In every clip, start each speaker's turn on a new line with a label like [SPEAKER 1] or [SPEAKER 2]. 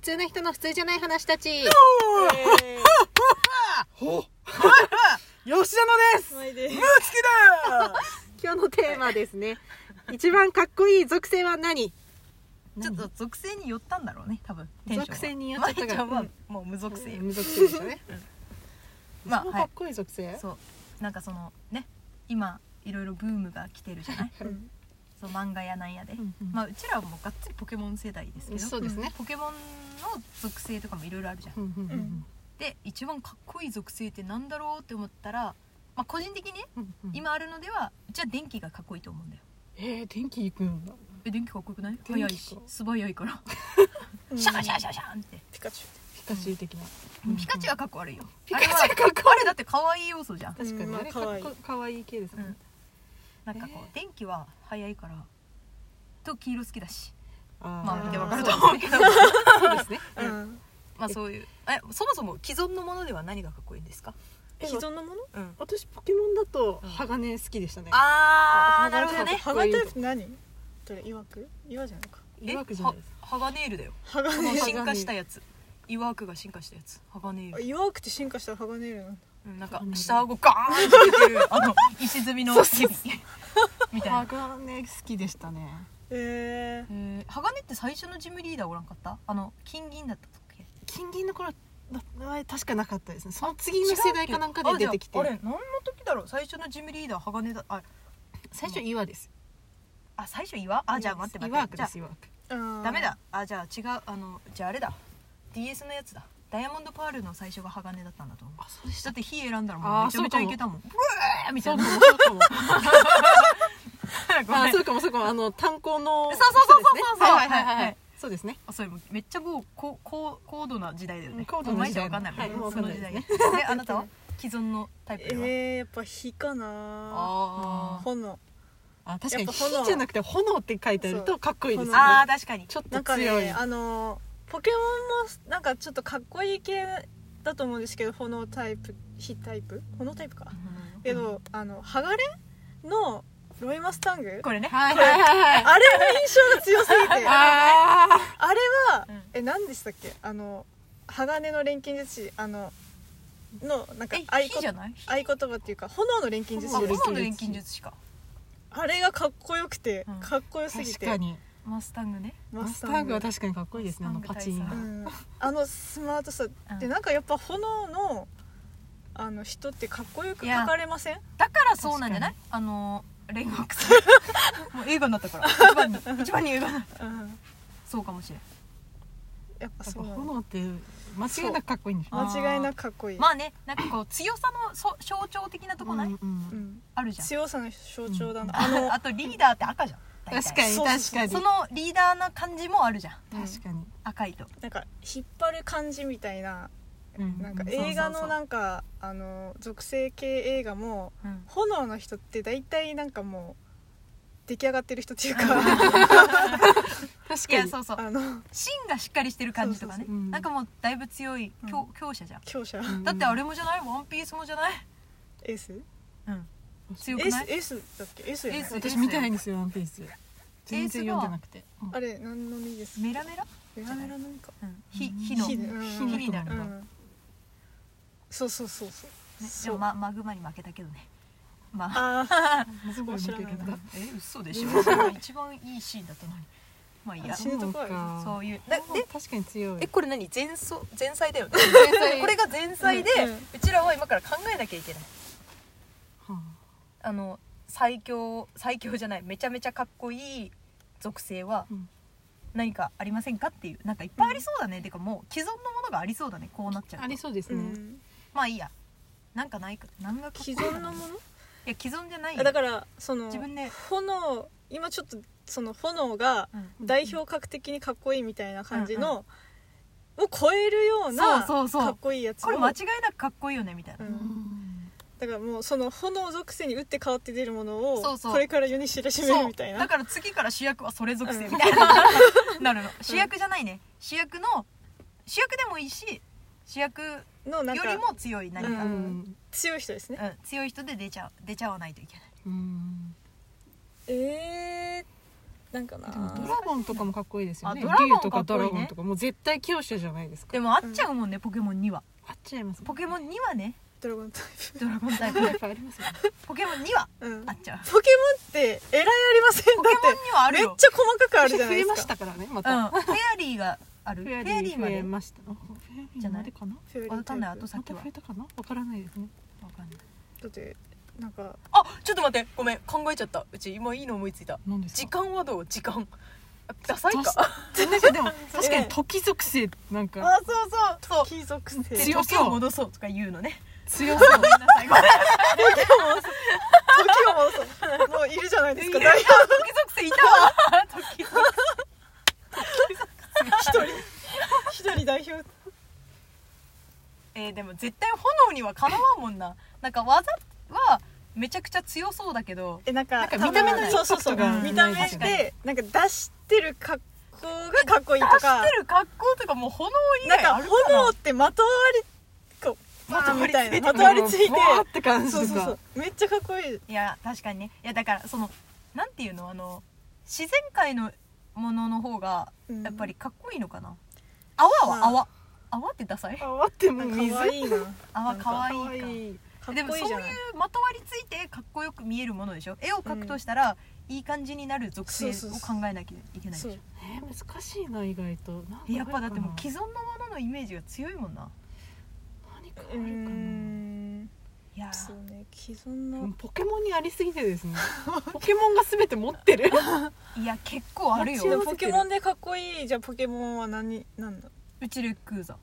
[SPEAKER 1] 通な人の普通じゃない話たち。え
[SPEAKER 2] ほ吉田のですムー
[SPEAKER 3] いで
[SPEAKER 2] チキだ
[SPEAKER 1] ー今日のテーマですね。一番かっこいい属性は何
[SPEAKER 3] ちょっと属性によったんだろうね多分テンションは
[SPEAKER 1] 属性によっちゃったが
[SPEAKER 3] まあ一応まあ
[SPEAKER 1] うん
[SPEAKER 3] もう無属性、
[SPEAKER 1] 無属性でしたね。
[SPEAKER 3] まあ
[SPEAKER 1] 一番
[SPEAKER 3] は
[SPEAKER 1] か
[SPEAKER 3] い
[SPEAKER 1] っこいい属性、
[SPEAKER 3] そうなんかそのね今いろいろブームが来てるじゃない
[SPEAKER 1] うん
[SPEAKER 3] そう漫画やなんやで、
[SPEAKER 1] うんうん
[SPEAKER 3] まあうちらはもうがっつりポケモン世代ですけど
[SPEAKER 1] そうですね
[SPEAKER 3] ポケモンの属性とかもいろいろあるじゃん、
[SPEAKER 1] うんうんうん
[SPEAKER 3] で一番かっこいい属性ってなんだろうって思ったら、まあ、個人的にね
[SPEAKER 1] うんうん
[SPEAKER 3] 今あるのではうちは電気がかっこいいと思うんだよ
[SPEAKER 1] えー、天気行くんだ。
[SPEAKER 3] え電気かっこよくない
[SPEAKER 1] 気か
[SPEAKER 3] 早いし素早いからシャカシャカシャカシャンって
[SPEAKER 2] ピカチュウ
[SPEAKER 1] ピカチュウ的な。
[SPEAKER 3] ピカチュウはかっこ悪いよ
[SPEAKER 1] ピカチュウかっこ
[SPEAKER 3] あれだって可愛い要素じゃん
[SPEAKER 1] 確かに、
[SPEAKER 2] うん
[SPEAKER 1] あれか
[SPEAKER 2] まあ
[SPEAKER 1] っこかわいい系ですもんね。
[SPEAKER 3] なんかこ
[SPEAKER 1] え
[SPEAKER 3] う電気は早いからと黄色好きだし
[SPEAKER 1] あ
[SPEAKER 3] まあ
[SPEAKER 1] ー
[SPEAKER 3] 見てわかると思うけど
[SPEAKER 1] そうですね。
[SPEAKER 2] うん
[SPEAKER 3] まあそういうえそもそも既存のものでは何がかっこいいんですか
[SPEAKER 1] え
[SPEAKER 2] 既存のもの
[SPEAKER 3] うん
[SPEAKER 1] 私ポケモンだと
[SPEAKER 3] うん
[SPEAKER 1] 鋼好きでしたね。
[SPEAKER 3] あーなるほどね
[SPEAKER 1] かっ
[SPEAKER 2] ハ
[SPEAKER 1] こ
[SPEAKER 2] ガ
[SPEAKER 1] いい
[SPEAKER 2] タイプって何どれ岩く岩じゃないか
[SPEAKER 1] いわくじゃないです。
[SPEAKER 3] ハガネールだよ
[SPEAKER 2] ハガ
[SPEAKER 3] この
[SPEAKER 2] ネ
[SPEAKER 3] 進化したやつイワークが進化したやつハガネール、
[SPEAKER 2] 岩くって進化したらハガネールなんだ
[SPEAKER 3] うん、なんか下顎ガーンって出てるあの石積みの蛇みたいな
[SPEAKER 1] 鋼好きでしたね。
[SPEAKER 2] え
[SPEAKER 3] えーハガネって最初のジムリーダーおらんかったあの金銀だったっけ
[SPEAKER 1] 金銀の頃は確かなかったですねその次の世代かなんかで出てきて
[SPEAKER 3] あじゃああれ何の時だろう最初のジムリーダー鋼だあ
[SPEAKER 1] 最初岩です
[SPEAKER 3] あ最初岩あじゃあ待って待
[SPEAKER 1] 岩
[SPEAKER 3] っ
[SPEAKER 1] 枠
[SPEAKER 3] て
[SPEAKER 1] で
[SPEAKER 3] じゃ
[SPEAKER 1] す岩枠
[SPEAKER 2] ー
[SPEAKER 3] あダメだあじゃあ違うあのじゃああれだ DS のやつだダイヤモンドパールの最初が鋼だったんだと思う
[SPEAKER 1] あそうでした
[SPEAKER 3] だって火選んだら
[SPEAKER 1] あ
[SPEAKER 3] も
[SPEAKER 1] ー
[SPEAKER 3] うめちゃめちゃいけたもんブエーみた
[SPEAKER 1] そ
[SPEAKER 3] いうな
[SPEAKER 1] かもそうかも
[SPEAKER 3] ごめ
[SPEAKER 1] あそ
[SPEAKER 3] んそう
[SPEAKER 1] うかもそうかもあの炭鉱
[SPEAKER 3] そ
[SPEAKER 1] の
[SPEAKER 3] うそうそうそう
[SPEAKER 1] はいはいはいはいそうですね
[SPEAKER 3] あそれもうめっちゃもう高高高度な時代だよね
[SPEAKER 1] 高度な時代
[SPEAKER 3] もう毎日わかんないもんね、
[SPEAKER 1] はいもうわかん
[SPEAKER 3] そ
[SPEAKER 1] な
[SPEAKER 3] の
[SPEAKER 1] い
[SPEAKER 3] 時代
[SPEAKER 1] で
[SPEAKER 3] ねえあ なたは既存のタイプ
[SPEAKER 2] え
[SPEAKER 3] では、
[SPEAKER 2] ー、やっぱ火かな
[SPEAKER 3] あー
[SPEAKER 2] 炎
[SPEAKER 1] あ確かに
[SPEAKER 2] やっぱ
[SPEAKER 1] 火
[SPEAKER 2] 炎
[SPEAKER 1] じゃなくて炎って書いてあるとかっこいいですよね
[SPEAKER 3] あー確かに
[SPEAKER 1] ちょっ
[SPEAKER 2] な
[SPEAKER 1] と
[SPEAKER 2] んか
[SPEAKER 1] 強い
[SPEAKER 2] ねあのーポケモンもなんかちょっとかっこいい系だと思うんですけど炎タイプ火タイプ炎タイプかけどあのハガレのロイマスタング
[SPEAKER 3] これね
[SPEAKER 1] はいはいはいはい
[SPEAKER 2] あれの印象が強すぎてあ
[SPEAKER 1] あ
[SPEAKER 2] れは
[SPEAKER 3] うん
[SPEAKER 2] え何でしたっけあの鋼の錬金術師あののなんか
[SPEAKER 3] え
[SPEAKER 2] 合言
[SPEAKER 3] 火じゃない
[SPEAKER 2] 合言葉っていうか炎の錬金術
[SPEAKER 3] あ
[SPEAKER 2] 師
[SPEAKER 1] 炎
[SPEAKER 3] 炎の錬金術師か
[SPEAKER 2] あれがかっこよくて
[SPEAKER 3] うん
[SPEAKER 2] かっこよす
[SPEAKER 1] ー
[SPEAKER 2] ぎ
[SPEAKER 1] 確
[SPEAKER 2] て
[SPEAKER 1] かに
[SPEAKER 3] マスタングね
[SPEAKER 1] マスターグは確かにかっこいいですねあの
[SPEAKER 3] マスタ
[SPEAKER 1] パ
[SPEAKER 3] ング
[SPEAKER 1] チン
[SPEAKER 3] 大
[SPEAKER 1] が
[SPEAKER 3] 佐
[SPEAKER 2] うんあのスマートさ
[SPEAKER 3] うん
[SPEAKER 2] でなんかやっぱ炎のあの人ってかっこよく描かれません
[SPEAKER 3] だからそうなんじゃないあの煉獄さん もう映画になったから 一番に一番に映画になった
[SPEAKER 2] うん
[SPEAKER 3] そうかもしれん
[SPEAKER 2] やっぱ
[SPEAKER 1] やっ
[SPEAKER 2] そ
[SPEAKER 1] ぱ
[SPEAKER 2] うなの
[SPEAKER 1] 炎って間違いなくかっこいいんでしょ
[SPEAKER 3] ぱ炎
[SPEAKER 2] 間違いなくかっこいい、
[SPEAKER 3] まあねなんかこう強さのそ象徴的なとこない、
[SPEAKER 1] うんうん
[SPEAKER 2] うん、
[SPEAKER 3] あるじゃん
[SPEAKER 2] 強さの象徴だな、
[SPEAKER 3] あ
[SPEAKER 2] あの
[SPEAKER 3] の あとリーダーって赤じゃん大体
[SPEAKER 1] 確かに
[SPEAKER 2] そうそう
[SPEAKER 1] 確
[SPEAKER 2] そう
[SPEAKER 1] かに
[SPEAKER 3] そのリーダーな感じもあるじゃん
[SPEAKER 2] うん
[SPEAKER 1] 確かに、
[SPEAKER 3] 赤いと
[SPEAKER 2] なんか引っ張る感じみたいな
[SPEAKER 1] うん
[SPEAKER 2] なんか
[SPEAKER 3] うん
[SPEAKER 2] 映画
[SPEAKER 3] そうそう
[SPEAKER 2] の
[SPEAKER 3] そう
[SPEAKER 2] なんかあの属性系映画も
[SPEAKER 3] うん
[SPEAKER 2] 炎の人って大体なんかもう出来上がってる人っていうか
[SPEAKER 1] 確
[SPEAKER 3] い
[SPEAKER 1] か
[SPEAKER 3] や
[SPEAKER 1] に
[SPEAKER 3] そうそう
[SPEAKER 2] あの
[SPEAKER 3] 芯がしっかりしてる感じとかね
[SPEAKER 1] そうそうそううん
[SPEAKER 3] なんかもうだいぶ強い強,、
[SPEAKER 2] う
[SPEAKER 3] 強者じゃん
[SPEAKER 2] 強者
[SPEAKER 1] うん
[SPEAKER 3] だってあれもじゃないワンピースもじゃない、
[SPEAKER 2] エース
[SPEAKER 3] うん、強
[SPEAKER 2] エ
[SPEAKER 3] く
[SPEAKER 2] ース
[SPEAKER 3] ない
[SPEAKER 2] エースだっけエースよ
[SPEAKER 3] エー
[SPEAKER 2] ね
[SPEAKER 3] ス
[SPEAKER 1] 私見てないんですよワンピース全然
[SPEAKER 3] エース
[SPEAKER 1] 読
[SPEAKER 3] が
[SPEAKER 1] んでなくてうん
[SPEAKER 2] あれ何の実ですか
[SPEAKER 3] メラメラ、
[SPEAKER 2] メラメラの実か
[SPEAKER 3] うん、火
[SPEAKER 1] うん
[SPEAKER 3] 火の
[SPEAKER 2] 火
[SPEAKER 3] 火
[SPEAKER 2] でうん
[SPEAKER 3] になる
[SPEAKER 2] う
[SPEAKER 3] の、
[SPEAKER 2] んそうそうそうそう
[SPEAKER 3] ね、で
[SPEAKER 2] そう
[SPEAKER 3] も、ま、マグマに負けたけどねまあ
[SPEAKER 2] あー
[SPEAKER 1] すごい見てるんだ
[SPEAKER 2] 面白いな
[SPEAKER 3] え嘘でしょそれが一番いいシーンだったのにまあいいや
[SPEAKER 2] 死ぬとこある
[SPEAKER 3] そ
[SPEAKER 1] そう
[SPEAKER 3] いう
[SPEAKER 1] うか
[SPEAKER 3] だで
[SPEAKER 1] 確かに強い
[SPEAKER 3] えこれ何前奏前菜だよね これが前菜で、
[SPEAKER 2] う
[SPEAKER 3] うん
[SPEAKER 2] うん
[SPEAKER 3] ちらは今から考えなきゃいけない
[SPEAKER 1] は
[SPEAKER 3] あの最強最強じゃないめちゃめちゃかっこいい属性は
[SPEAKER 1] うん
[SPEAKER 3] 何かありませんかっていうなんかいっぱいありそうだね、てかもう既存のものがありそうだねこうな っちゃう
[SPEAKER 1] あ
[SPEAKER 3] と
[SPEAKER 1] ありそうです
[SPEAKER 2] う
[SPEAKER 1] ね、
[SPEAKER 2] ん
[SPEAKER 3] まあいいやなんかないか何がかっこいい
[SPEAKER 2] 既
[SPEAKER 3] かな
[SPEAKER 2] 存のもの
[SPEAKER 3] いや既存じゃないよ
[SPEAKER 2] あだからその
[SPEAKER 3] 自分で
[SPEAKER 2] 炎今ちょっとその炎が
[SPEAKER 3] うん
[SPEAKER 2] 代表格的にかっこいいみたいな感じの、を超えるような
[SPEAKER 3] そうそうそう
[SPEAKER 2] かっこいいやつを
[SPEAKER 3] これ間違いなくかっこいいよねみたいな、
[SPEAKER 2] う
[SPEAKER 1] うんん
[SPEAKER 2] だからもうその炎属性に打って変わって出るものを
[SPEAKER 3] そうそう
[SPEAKER 2] これから世に知らしめるみたいな
[SPEAKER 3] だから次から主役はそれ属性みたいな、なるの主役じゃないね主役の主役でもいいし主役よ
[SPEAKER 2] のなんか
[SPEAKER 3] りも強い何
[SPEAKER 1] う
[SPEAKER 3] か、
[SPEAKER 2] う
[SPEAKER 3] うん
[SPEAKER 1] ん
[SPEAKER 2] 強い人ですね、
[SPEAKER 3] 強い人で出ちゃう出ちゃわないといけない
[SPEAKER 1] うん
[SPEAKER 2] えなんかな
[SPEAKER 3] でも
[SPEAKER 1] ドラゴンとかもかっこいいですよね
[SPEAKER 3] あドラゴン
[SPEAKER 1] 竜とか
[SPEAKER 3] かっ
[SPEAKER 1] ド
[SPEAKER 3] こい
[SPEAKER 1] ラ
[SPEAKER 3] いね
[SPEAKER 1] ゴンとかもう絶対強者じゃないですか
[SPEAKER 3] でも合っちゃうもんね、ポケモンには
[SPEAKER 1] あっちゃいます
[SPEAKER 3] ポケモンにはね
[SPEAKER 2] ドラゴンタイ
[SPEAKER 3] ドラゴンタイプ
[SPEAKER 1] や っぱありますよね
[SPEAKER 3] ポケモンには
[SPEAKER 2] プ、うん、
[SPEAKER 3] 合
[SPEAKER 2] ポ
[SPEAKER 3] っちゃう
[SPEAKER 2] ケモンってえらいありませんだ
[SPEAKER 3] ポケモン
[SPEAKER 2] っ
[SPEAKER 3] にはあ
[SPEAKER 2] て
[SPEAKER 3] る
[SPEAKER 2] めっ
[SPEAKER 3] よ
[SPEAKER 2] ちゃ細かくある
[SPEAKER 1] 私
[SPEAKER 2] じゃ
[SPEAKER 1] 増
[SPEAKER 2] ない
[SPEAKER 1] え
[SPEAKER 2] で
[SPEAKER 1] ますし
[SPEAKER 2] か
[SPEAKER 1] たからねま
[SPEAKER 3] う
[SPEAKER 1] た
[SPEAKER 3] ん、フェアリーがある
[SPEAKER 1] フ
[SPEAKER 3] フ
[SPEAKER 1] ェ
[SPEAKER 3] ェ
[SPEAKER 1] ア
[SPEAKER 3] ア
[SPEAKER 1] リ
[SPEAKER 3] リ
[SPEAKER 1] ー
[SPEAKER 3] ーま
[SPEAKER 1] 増え
[SPEAKER 3] で
[SPEAKER 1] ましたあフェアリーまでかな
[SPEAKER 2] フェアリータイプ
[SPEAKER 3] わかんない後
[SPEAKER 1] ま
[SPEAKER 3] 先
[SPEAKER 1] た
[SPEAKER 3] は
[SPEAKER 1] 増えたかなわからないですね
[SPEAKER 3] わかんない
[SPEAKER 2] だってなんか
[SPEAKER 4] あちょっと待ってごめん考えちゃったうち今いいの思いついた
[SPEAKER 1] 何です
[SPEAKER 4] 時
[SPEAKER 1] か
[SPEAKER 4] 間はどう時間あダサい
[SPEAKER 1] ダ
[SPEAKER 4] か
[SPEAKER 1] なんかでも確かに時属性なんか
[SPEAKER 4] あそうそうそう
[SPEAKER 2] 貴族性
[SPEAKER 4] で
[SPEAKER 2] 時
[SPEAKER 1] 強そう
[SPEAKER 4] 時を戻そうとか言うのね
[SPEAKER 1] 強そう
[SPEAKER 3] ごめんなさいごめんなさい
[SPEAKER 2] をもういるじゃないですか
[SPEAKER 3] いや
[SPEAKER 2] 大
[SPEAKER 3] いや時属性いたわ時属性
[SPEAKER 2] 一人代表
[SPEAKER 3] えーでも絶対炎にはかなわんもんななんか技はめちゃくちゃ強そうだけど
[SPEAKER 2] えなん
[SPEAKER 1] な
[SPEAKER 2] か
[SPEAKER 1] んか見た目のイン
[SPEAKER 2] そう
[SPEAKER 1] パ
[SPEAKER 2] そう
[SPEAKER 1] ク
[SPEAKER 2] そ
[SPEAKER 1] ト
[SPEAKER 2] う
[SPEAKER 1] がない
[SPEAKER 2] 見た目
[SPEAKER 1] 確かに
[SPEAKER 2] でなんか出してる格好がかっこいいと
[SPEAKER 3] 出し
[SPEAKER 2] か
[SPEAKER 3] てる格好とかもう炎以
[SPEAKER 2] なん
[SPEAKER 3] 外
[SPEAKER 2] か
[SPEAKER 3] あるかな
[SPEAKER 2] 炎ってまとわりこう
[SPEAKER 3] まとわりつい
[SPEAKER 2] みたいな
[SPEAKER 3] てる
[SPEAKER 2] まとわりついて
[SPEAKER 1] もうわーって感じと
[SPEAKER 2] そう
[SPEAKER 1] か
[SPEAKER 2] そうそうめっちゃかっこいい
[SPEAKER 3] いや確かにねいやだからそのなんていうのあの自然界のものの方が
[SPEAKER 2] うん
[SPEAKER 3] やっぱりかっこいいのかな、泡は
[SPEAKER 2] ま
[SPEAKER 3] 泡泡ってダサい
[SPEAKER 1] あわっても
[SPEAKER 2] な
[SPEAKER 1] うん
[SPEAKER 2] か
[SPEAKER 1] 水
[SPEAKER 2] 可愛いな
[SPEAKER 3] 泡かわい
[SPEAKER 1] 可愛
[SPEAKER 3] いか
[SPEAKER 1] い
[SPEAKER 2] かっ
[SPEAKER 3] でも
[SPEAKER 2] こいいう
[SPEAKER 3] そい
[SPEAKER 2] じ
[SPEAKER 3] う
[SPEAKER 2] ゃない
[SPEAKER 3] まとわりついてかっこよく見えるものでしょ絵を描くとしたら、いい感じになる属性を
[SPEAKER 2] そうそう
[SPEAKER 3] 考
[SPEAKER 2] そう
[SPEAKER 3] えなきゃいけないでし
[SPEAKER 2] そ
[SPEAKER 3] ょ
[SPEAKER 2] う
[SPEAKER 1] えー難しいな意外となんかあるかな
[SPEAKER 3] やっぱだってもう既存のもののイメージが強いもんな
[SPEAKER 1] 何かあ
[SPEAKER 2] うー
[SPEAKER 1] るかなん
[SPEAKER 3] いや
[SPEAKER 2] そうね既存
[SPEAKER 1] うん
[SPEAKER 2] の
[SPEAKER 1] ポケモンにありすぎてです ねポケモンが全て持ってる
[SPEAKER 3] いや結構ある
[SPEAKER 1] 間違
[SPEAKER 2] で
[SPEAKER 1] い
[SPEAKER 3] よ
[SPEAKER 2] もポケモンでかっこいいじゃあポケモンは何なんだ
[SPEAKER 3] うちレクーザ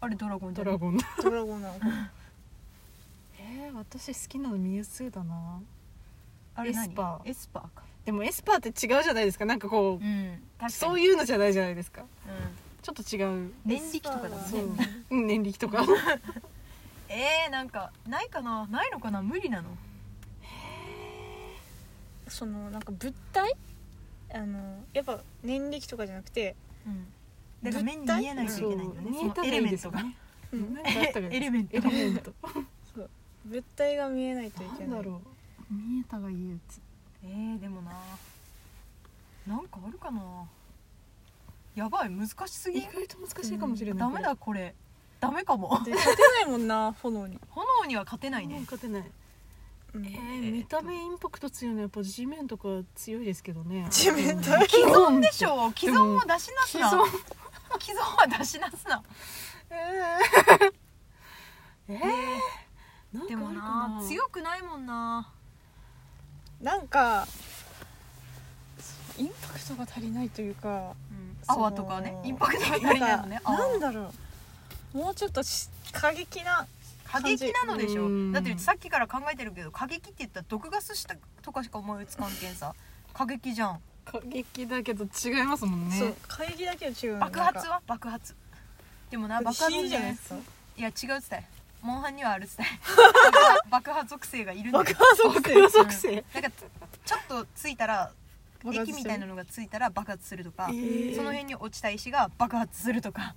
[SPEAKER 3] あれドラゴン
[SPEAKER 1] ド
[SPEAKER 3] じゃな
[SPEAKER 1] ラ
[SPEAKER 3] い
[SPEAKER 1] ゴンの
[SPEAKER 2] ドラゴンなのかな
[SPEAKER 1] えー、私好きなのミュウツーだな
[SPEAKER 3] あれ何
[SPEAKER 1] エスパー
[SPEAKER 3] エスパーか
[SPEAKER 1] でもエスパーって違うじゃないですかなんかこう、
[SPEAKER 3] うん確かに
[SPEAKER 1] そう
[SPEAKER 3] い
[SPEAKER 1] いうのじゃないじゃないですか
[SPEAKER 3] うん、
[SPEAKER 1] ちょっと違う
[SPEAKER 3] 年力とかだもん
[SPEAKER 1] そ
[SPEAKER 3] ね
[SPEAKER 1] う、うん、年力とか
[SPEAKER 3] えー、なんかないかなないのかな無理なの
[SPEAKER 2] そのなんか物体あのやっぱ年力とかじゃなくて
[SPEAKER 3] うんだから目に
[SPEAKER 2] 物体
[SPEAKER 3] 見えないといけないんだよね
[SPEAKER 1] そう見えたら
[SPEAKER 3] そのエレ
[SPEAKER 1] いい
[SPEAKER 3] メ
[SPEAKER 1] で
[SPEAKER 3] ン
[SPEAKER 1] すよ
[SPEAKER 3] トが
[SPEAKER 1] ね
[SPEAKER 2] う
[SPEAKER 1] うん
[SPEAKER 2] ん
[SPEAKER 1] なんかあったらいい
[SPEAKER 3] エレメント
[SPEAKER 1] エレメント
[SPEAKER 2] 物体が見えないといけ
[SPEAKER 1] な
[SPEAKER 2] な
[SPEAKER 1] だ
[SPEAKER 2] んい
[SPEAKER 1] ろう見えたが憂鬱
[SPEAKER 3] えー、でもななんかあるかなやばい難しす
[SPEAKER 1] 意
[SPEAKER 3] ぎ
[SPEAKER 1] 外と難しいかもしれない、
[SPEAKER 3] ダメだこれダメかも
[SPEAKER 2] で勝てないもんな炎に、
[SPEAKER 3] 炎には勝てない
[SPEAKER 1] うん
[SPEAKER 3] ね
[SPEAKER 1] 勝てない
[SPEAKER 2] う ん
[SPEAKER 1] えー、見た目インパクト強いのはやっぱ地面とか強いですけどね
[SPEAKER 2] 地面と
[SPEAKER 1] 既存
[SPEAKER 3] でしょ既存を出しなすな
[SPEAKER 1] 既存
[SPEAKER 3] 既存は出しなすな
[SPEAKER 1] えー、なん
[SPEAKER 3] で
[SPEAKER 1] か
[SPEAKER 3] も
[SPEAKER 1] あるか
[SPEAKER 3] な
[SPEAKER 1] な
[SPEAKER 3] 強くないもんな
[SPEAKER 2] なんかインパクトが足りないというかその
[SPEAKER 3] 泡とかねインパクトが足りないのね
[SPEAKER 2] なんか
[SPEAKER 3] 泡
[SPEAKER 2] なんだろうもうちょっとし過激な
[SPEAKER 3] 過激なのでしょ
[SPEAKER 1] うん
[SPEAKER 3] だってうちさっきから考えてるけど過激って言ったら毒ガスしたとかしか思いつかんけんさ過激じゃん
[SPEAKER 1] 過激だけど違いますもんね
[SPEAKER 2] そう会議だけは違うの
[SPEAKER 3] 爆
[SPEAKER 2] なん
[SPEAKER 3] 発
[SPEAKER 2] か
[SPEAKER 3] は爆発でもな
[SPEAKER 2] 火
[SPEAKER 3] 爆発
[SPEAKER 2] じゃないですか
[SPEAKER 3] いや違うっつったよモンハンにはあるっつ ったよ爆破属性がいるんだよ
[SPEAKER 2] 爆発
[SPEAKER 1] 爆破属性
[SPEAKER 3] なんかちょっとついたら
[SPEAKER 2] 爆発
[SPEAKER 3] 液みたいなのがついたら爆発するとか、
[SPEAKER 1] ー
[SPEAKER 3] その辺に落ちた石が爆発するとか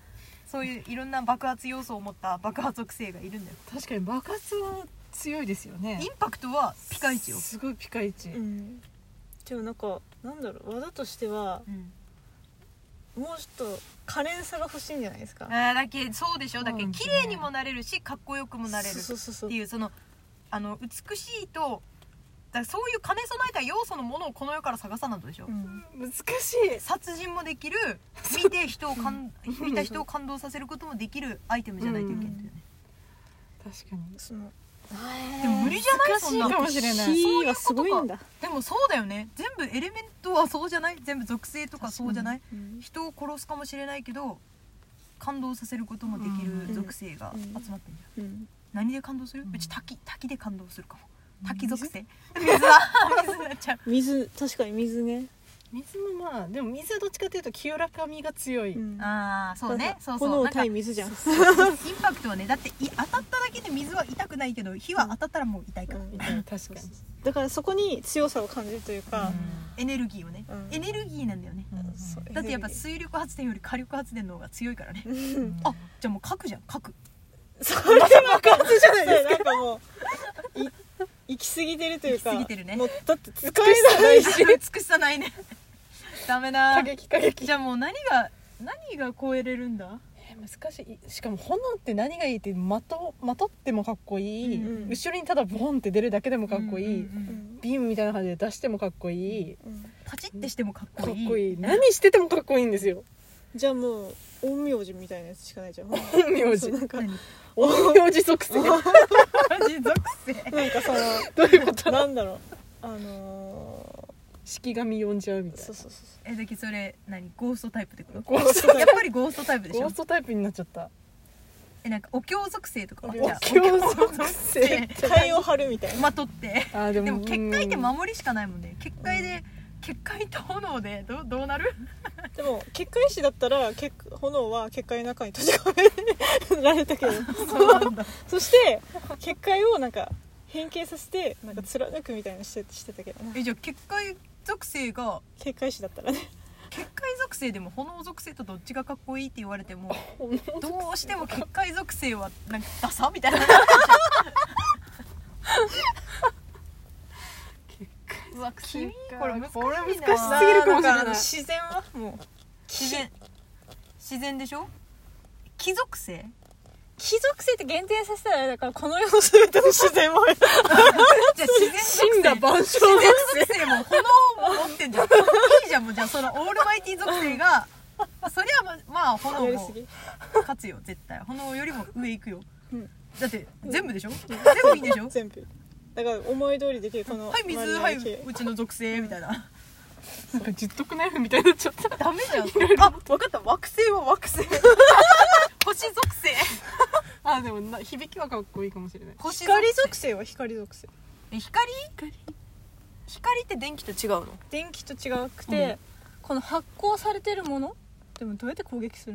[SPEAKER 3] そういういろんな爆発要素を持った爆発属性がいるんだよ
[SPEAKER 1] 確かに爆発は強いですよね
[SPEAKER 3] インパクトはピカイチよ、
[SPEAKER 1] すごいピカイチ、
[SPEAKER 2] うんでもなんかなんだろう技としては
[SPEAKER 3] うん、
[SPEAKER 2] もうちょっと可憐さが欲しいんじゃないですか
[SPEAKER 3] あーだけそうでしょだ
[SPEAKER 1] そ
[SPEAKER 3] け
[SPEAKER 1] うなんです
[SPEAKER 3] 綺
[SPEAKER 1] ね
[SPEAKER 3] 麗にもなれるしかっこよくもなれる
[SPEAKER 2] そう
[SPEAKER 3] っ
[SPEAKER 2] そうそうそう
[SPEAKER 3] ていうそのあの美しいとだからそういう兼ね備えた要素のものをこの世から探さないとでしょ、
[SPEAKER 2] うん
[SPEAKER 1] 難しい
[SPEAKER 3] 殺人もできる見て人をかん見た人を感動させることもできるアイテムじゃないといけないんだよね、
[SPEAKER 1] 確かに
[SPEAKER 2] その
[SPEAKER 3] でも無理じゃない
[SPEAKER 1] 難
[SPEAKER 3] そ
[SPEAKER 1] し
[SPEAKER 3] ん
[SPEAKER 1] い
[SPEAKER 3] な
[SPEAKER 1] かもしれない
[SPEAKER 2] 火はすごいんだ
[SPEAKER 3] でもそうだよね全部エレメントはそうじゃない全部属性とかそうじゃない
[SPEAKER 2] うん
[SPEAKER 3] 人を殺すかもしれないけど感動させることもできる属性が集まってんじゃん、
[SPEAKER 2] うん
[SPEAKER 3] 何で感動する、
[SPEAKER 1] う
[SPEAKER 3] うんち滝滝で感動するかも
[SPEAKER 1] うん
[SPEAKER 3] 滝属性水は水になっちゃう
[SPEAKER 2] 水確かに水ね
[SPEAKER 1] 水もまあでも水はどっちかというと清らかみが強い、
[SPEAKER 2] うん
[SPEAKER 3] ああそうねそうそう
[SPEAKER 2] 炎
[SPEAKER 3] なんかイ
[SPEAKER 2] 対
[SPEAKER 3] ン
[SPEAKER 2] 水じゃん
[SPEAKER 3] パクトはねだってい当たっただけで水は痛くないけど火は当たったらもう痛いから、
[SPEAKER 1] うん確かに
[SPEAKER 2] だからそこに強さを感じるというか、
[SPEAKER 3] エネルギーをね、
[SPEAKER 2] うん
[SPEAKER 3] エネルギーなんだよね
[SPEAKER 2] そう
[SPEAKER 3] だってやっぱ水力発電より火力発電の方が強いからね
[SPEAKER 2] うん
[SPEAKER 3] あじゃあもう核じゃん核
[SPEAKER 2] それが爆発じゃないですかなんかもうい行き過ぎてるというか
[SPEAKER 3] 行き過ぎてるね
[SPEAKER 2] もうだって使えないし
[SPEAKER 3] 美しさないねダメだ
[SPEAKER 2] 過激過激
[SPEAKER 3] じゃあもう何が何が超えれるんだ
[SPEAKER 1] 難しいしかも炎って何がいいってまとまとってもかっこいい、
[SPEAKER 2] うんうん
[SPEAKER 1] 後ろにただボンって出るだけでもかっこいい、
[SPEAKER 3] うんうんうん
[SPEAKER 1] ビームみたいな感じで出してもかっこいい、
[SPEAKER 2] うん
[SPEAKER 3] パチってしてもかっ
[SPEAKER 1] か
[SPEAKER 3] こ
[SPEAKER 1] っ
[SPEAKER 3] いい
[SPEAKER 1] こいい何しててもかっこいいんですよ
[SPEAKER 2] じゃあもう陰陽師みたいなやつしかないじゃん
[SPEAKER 1] 陰陽
[SPEAKER 2] そ
[SPEAKER 1] 師
[SPEAKER 2] う なんか
[SPEAKER 3] 何
[SPEAKER 1] 陰陽師属 性
[SPEAKER 3] マジ属性
[SPEAKER 2] なんかその
[SPEAKER 1] どういうこと
[SPEAKER 2] なんだろうあの
[SPEAKER 1] 式神呼んじゃうみ
[SPEAKER 2] ー、
[SPEAKER 1] たい
[SPEAKER 2] そ
[SPEAKER 1] な
[SPEAKER 2] うそうそ
[SPEAKER 3] えだけそれ何ゴーストタイプってこと
[SPEAKER 1] ゴースト
[SPEAKER 3] やっぱりゴーストタイプでし
[SPEAKER 1] ゴ
[SPEAKER 3] ょ
[SPEAKER 1] ーストタイプになっちゃった
[SPEAKER 3] えなんかお経属性とかは
[SPEAKER 1] お
[SPEAKER 3] じゃあ
[SPEAKER 1] 経属性
[SPEAKER 2] う替えを張るみたいな
[SPEAKER 3] まとって
[SPEAKER 1] あーで
[SPEAKER 3] でも結界って
[SPEAKER 1] うん
[SPEAKER 3] 守りしかないもんね結界で結界と炎でどうどうな る
[SPEAKER 2] でも結界師だったら結炎は結界の中に閉じ込められ たけど
[SPEAKER 3] そうなんだ
[SPEAKER 2] そして結界をなんか変形させてなんか貫くみたいなのしてしてたけどな
[SPEAKER 3] えじゃあ結界属性が
[SPEAKER 2] 結界師だっ たらね
[SPEAKER 3] 結界属性でも炎属性とどっちがかっこいいって言われてもどうしても結界属性はなんかダサみたいなうわ君これ難しいな
[SPEAKER 1] これ難しすぎるかもしれない
[SPEAKER 2] んあの自然はもう
[SPEAKER 3] 自然自然でしょ貴属性
[SPEAKER 2] 貴族性って限定させたらあれだからこの世の全ての自然 は
[SPEAKER 3] じゃあ自然
[SPEAKER 1] 神羅万象
[SPEAKER 3] 自然属性も炎も持ってんじゃんいいじゃんもうじゃあそのオールマイティ属性がそれはままあ
[SPEAKER 2] や
[SPEAKER 3] 炎
[SPEAKER 2] り
[SPEAKER 3] も
[SPEAKER 2] すぎ
[SPEAKER 3] 勝つよ絶対炎よりも上行くよ、
[SPEAKER 2] うん
[SPEAKER 3] だって全部でしょ全部いいでしょ
[SPEAKER 2] 全部だから思い通りできるこの
[SPEAKER 3] はい水
[SPEAKER 2] 周りの
[SPEAKER 3] はい
[SPEAKER 2] 木
[SPEAKER 3] うちの属性みたいな
[SPEAKER 1] なんか十徳ナイフみたいになっちゃった
[SPEAKER 3] ダメじゃんあ分かった惑星は惑星星属性
[SPEAKER 1] あーでもな響きはかっこいいかもしれない
[SPEAKER 3] 星
[SPEAKER 2] 光属性は光属性
[SPEAKER 3] え光光って電気と違うの
[SPEAKER 2] 電気と違くて、この発光されてるものでもどうやって攻撃する